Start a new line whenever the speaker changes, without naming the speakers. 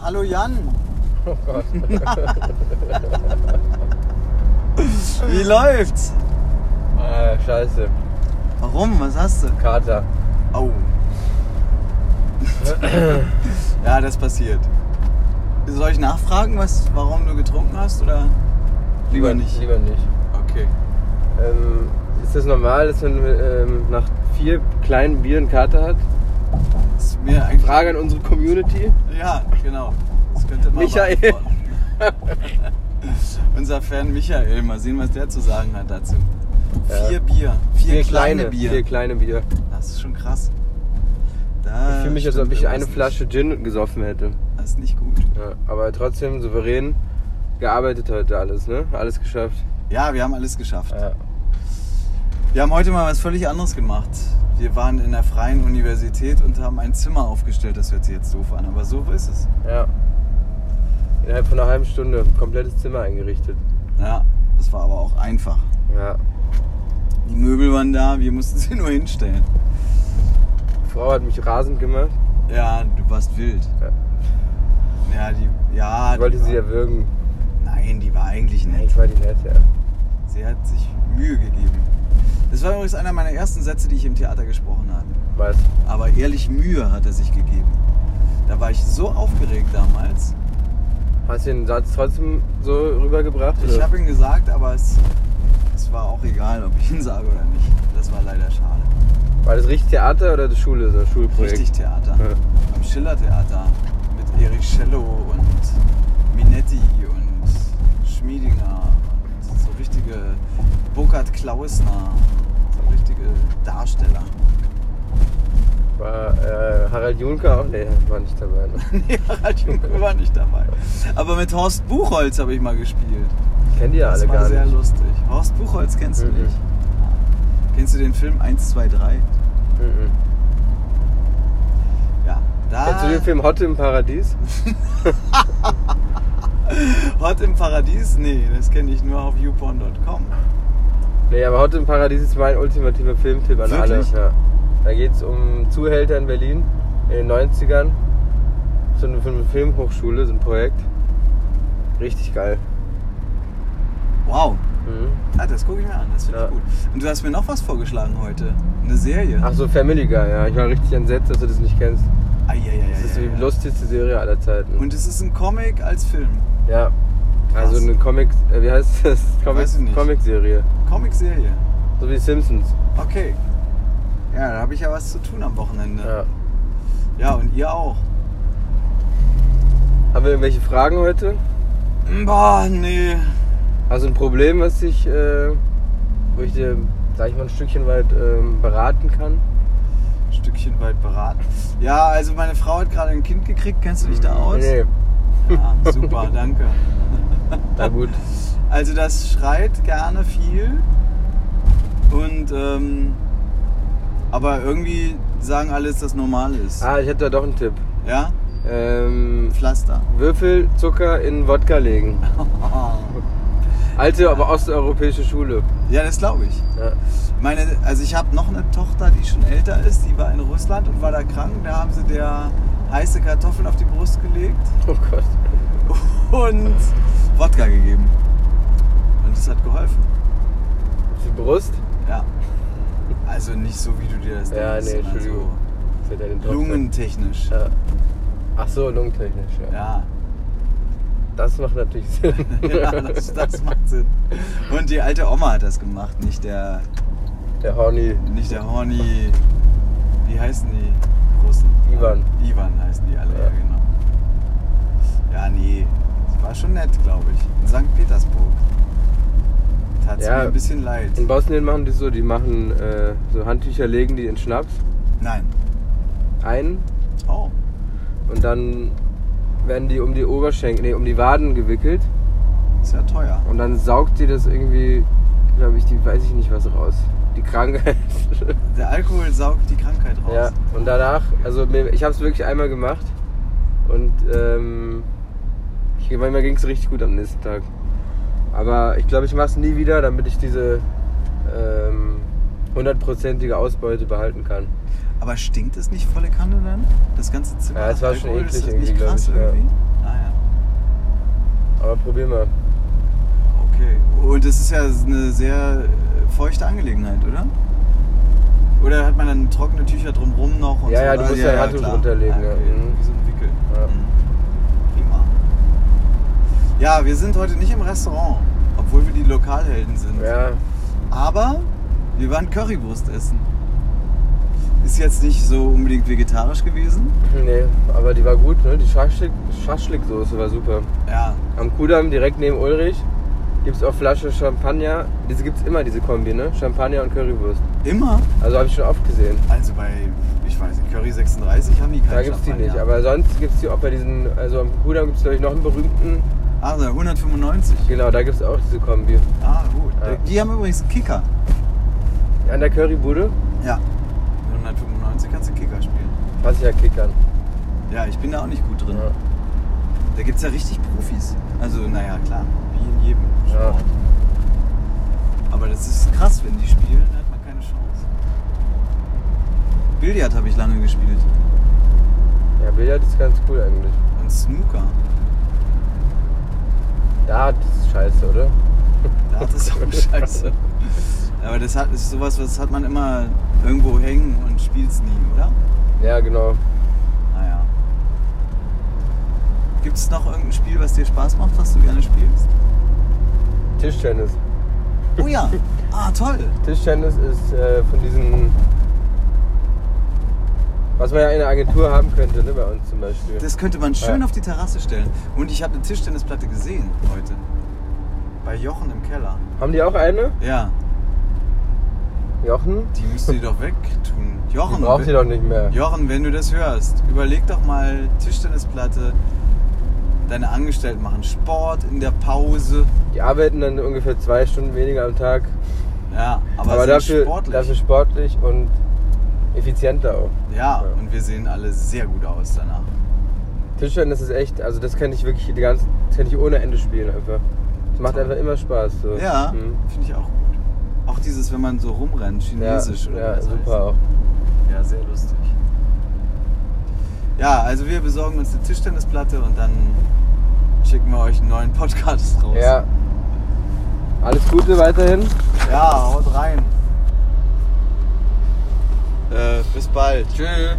Hallo Jan.
Oh Gott.
Wie läuft's?
Ah, scheiße.
Warum? Was hast du?
Kater.
Au. ja, das passiert. Soll ich nachfragen, was, warum du getrunken hast oder lieber nicht?
Lieber nicht.
Okay.
Ähm, ist das normal, dass man ähm, nach vier kleinen Bieren Kater hat?
Ist mir eigentlich
Frage an unsere Community.
Ja, genau. Das könnte man
Michael.
beantworten. Unser Fan Michael, mal sehen, was der zu sagen hat dazu.
Ja.
Vier Bier, vier, kleine, Bier.
Vier kleine Bier.
Das ist schon krass. Da
ich fühle mich, als
stimmt
ob ich eine
irgendwas
Flasche Gin gesoffen hätte.
Nicht. Das ist nicht gut.
Ja, aber trotzdem souverän gearbeitet heute alles, ne? Alles geschafft.
Ja, wir haben alles geschafft. Wir haben heute mal was völlig anderes gemacht. Wir waren in der Freien Universität und haben ein Zimmer aufgestellt. Das hört sich jetzt doof an, aber so ist es.
Ja. Innerhalb von einer halben Stunde komplettes Zimmer eingerichtet.
Ja, das war aber auch einfach.
Ja.
Die Möbel waren da, wir mussten sie nur hinstellen.
Die Frau hat mich rasend gemacht.
Ja, du warst wild.
Ja.
Ja, die. Ja,
Ich wollte
die
sie
war,
erwürgen.
Nein, die war eigentlich nett.
Eigentlich war die nett, ja.
Sie hat sich Mühe gegeben. Das war übrigens einer meiner ersten Sätze, die ich im Theater gesprochen habe.
Was?
Aber ehrlich Mühe hat er sich gegeben. Da war ich so aufgeregt damals.
Hast du den Satz trotzdem so rübergebracht?
Ich habe ihn gesagt, aber es, es war auch egal, ob ich ihn sage oder nicht. Das war leider schade.
War das richtig Theater oder das Schule, so ein Schulprojekt?
Richtig Theater.
Ja.
Am Schillertheater mit Erich Schello und Minetti und Schmiedinger und so richtige Burkhard Klausner, so richtige Darsteller.
War äh, Harald Juncker auch? Nee, war nicht dabei. ne?
nee, Harald Junke war nicht dabei. Aber mit Horst Buchholz habe ich mal gespielt.
Kennt ihr
das
alle
war
gar
sehr
nicht.
lustig. Horst Buchholz kennst du
Mhm.
nicht. Kennst du den Film 1, 2, 3?
Mhm.
Ja. Da
Kennst du den Film Hotte im Paradies?
Hot im Paradies? Nee, das kenne ich nur auf youporn.com.
Nee, aber Hotte im Paradies ist mein ultimativer Filmtipp an
Wirklich?
alle. Ja. Da geht es um Zuhälter in Berlin in den 90ern. So eine, für eine Filmhochschule, so ein Projekt. Richtig geil.
Wow.
Mhm.
Ah, das gucke ich mir an, das finde
Ja.
ich gut. Und du hast mir noch was vorgeschlagen heute. Eine Serie.
Ach so, Family Guy, ja. Ich war richtig entsetzt, dass du das nicht kennst.
Ah, ja, ja, ja,
Das ist
ja,
die
ja.
lustigste Serie aller Zeiten.
Und es ist ein Comic als Film.
Ja.
Krass.
Also eine Comic, äh, wie heißt das? Comic,
Weiß ich nicht.
Comic-Serie.
Comic-Serie.
So wie Simpsons.
Okay. Ja, da habe ich ja was zu tun am Wochenende.
Ja.
Ja, und ihr auch.
Haben wir irgendwelche Fragen heute?
Boah, nee.
Also ein Problem, was ich, äh, wo ich dir, sag ich mal, ein Stückchen weit ähm, beraten kann.
Ein Stückchen weit beraten. Ja, also meine Frau hat gerade ein Kind gekriegt. Kennst du dich da aus?
Nee,
Ja, super, danke.
na gut.
Also das schreit gerne viel. Und ähm, aber irgendwie sagen alle, dass das normal ist.
Ah, ich hätte da doch einen Tipp.
Ja?
Ähm,
Pflaster.
Würfel Zucker in Wodka legen. Ah. Alte, aber osteuropäische Schule.
Ja, das glaube ich.
Ja.
Meine, also ich habe noch eine Tochter, die schon älter ist, die war in Russland und war da krank. Da haben sie der heiße Kartoffeln auf die Brust gelegt
Oh Gott.
und Wodka gegeben. Und das hat geholfen.
Die Brust?
Ja. Also nicht so, wie du dir das
Ja,
denkst.
nee, Entschuldigung. Das wird ja den
Also
Topf.
lungentechnisch.
Ja. Ach so, lungentechnisch, ja.
Ja.
Das macht natürlich Sinn.
ja, das, das macht Sinn. Und die alte Oma hat das gemacht, nicht der,
Der Horny.
nicht der Horny. Wie heißen die Russen?
Ivan.
Ivan heißen die alle, ja,
Ja.
genau. Ja, nee. Das war schon nett, glaube ich. In St. Petersburg. Tat
Ja.
mir ein bisschen leid.
In Bosnien machen die so, die machen äh, so Handtücher, legen die in Schnaps
Nein.
ein
Oh.
und dann werden die um die Oberschenkel, nee, um die Waden gewickelt
Ist ja teuer.
und dann saugt die das irgendwie, glaube ich, die weiß ich nicht was raus. Die Krankheit.
Der Alkohol saugt die Krankheit raus.
ja. Und danach, also mir, ich habe es wirklich einmal gemacht und ähm, ich, manchmal ging es richtig gut am nächsten Tag. Aber ich glaube, ich mache es nie wieder, damit ich diese ähm, hundertprozentige Ausbeute behalten kann.
Aber stinkt es nicht volle Kanne dann? Das ganze Zimmer?
Ja, es
nach
war schon
Alkohol,
eklig
Ist das
irgendwie,
nicht
glaub
krass
ich, ja.
irgendwie? Ah, Naja.
Aber probier mal.
Okay. Und das ist ja eine sehr äh, feuchte Angelegenheit, oder? Oder hat man dann trockene Tücher drumrum noch? Und
Ja,
so?
ja, du musst ja ein Handtuch
klar. Ah,
drunterlegen, ja. Mhm.
Wie so ein Wickel.
Ja.
Mhm. Prima. Ja, wir sind heute nicht im Restaurant, obwohl wir die Lokalhelden sind.
Ja,
Aber wir waren Currywurst essen. Ist jetzt nicht so unbedingt vegetarisch gewesen.
nee, aber die war gut, ne? Die Schaschlik- Schaschliksoße war super.
Ja,
Am Kudamm, direkt neben Ulrich, gibt es auch Flasche Champagner. Diese gibt es immer, diese Kombi, ne? Champagner und Currywurst.
immer.
Also habe ich schon oft gesehen.
Also bei, ich weiß nicht, Curry 36 haben die keine
Da gibt es die
Champagner.
nicht. Aber sonst gibt es die auch bei diesen, also am Kudamm gibt es, glaube ich, noch einen berühmten.
Ah, da 195.
Genau, da gibt es auch diese Kombi.
Ah, gut.
Ja.
Die haben übrigens einen Kicker.
An der Currybude
Ja. Mit 195 kannst du Kicker spielen.
passe ich ja Kickern.
Ja, ich bin da auch nicht gut drin.
Ja.
Da gibt es ja richtig Profis. Also, naja, klar. Wie in jedem
Ja.
Sport. Aber das ist krass, wenn die spielen, hat man keine Chance. Billard habe ich lange gespielt.
ja, Billard ist ganz cool eigentlich.
Und Snooker.
Da hat es scheiße, oder?
Da hat es auch scheiße. Aber das hat, ist sowas, was hat man immer irgendwo hängen und spielt es nie, oder?
Ja, genau.
Naja. Gibt es Ah, noch irgendein Spiel, was dir Spaß macht, was du gerne spielst?
Tischtennis.
Oh ja. Ah, toll.
Tischtennis ist äh, von diesen. Was man ja in der Agentur haben könnte, ne, bei uns zum Beispiel.
Das könnte man schön
Ja.
auf die Terrasse stellen. Und ich habe eine Tischtennisplatte gesehen heute. Bei Jochen im Keller.
haben die auch eine?
Ja,
Jochen?
die müsst ihr doch wegtun.
Die
Jochen,
braucht
we-
ihr doch nicht mehr.
Jochen, wenn du das hörst, überleg doch mal Tischtennisplatte, deine Angestellten machen Sport in der Pause.
Die arbeiten dann ungefähr zwei Stunden weniger am Tag.
Ja, aber,
Aber,
sind
dafür,
sportlich.
dafür sportlich und effizienter auch.
ja,
Ja.
und wir sehen alle sehr gut aus danach.
Tischtennis ist echt, also das kann ich wirklich die ganze, das kann ich ohne Ende spielen einfach. Das macht einfach immer Spaß. So.
Ja,
Mhm.
finde ich auch gut. Auch dieses, wenn man so rumrennt,
Ja,
chinesisch oder
ja
was
super auch.
Heißt. Ja, sehr lustig. Ja, also wir besorgen uns eine Tischtennisplatte und dann schicken wir euch einen neuen Podcast raus.
Ja. Alles Gute weiterhin.
Ja, haut rein. Äh, bis bald. Tschüss.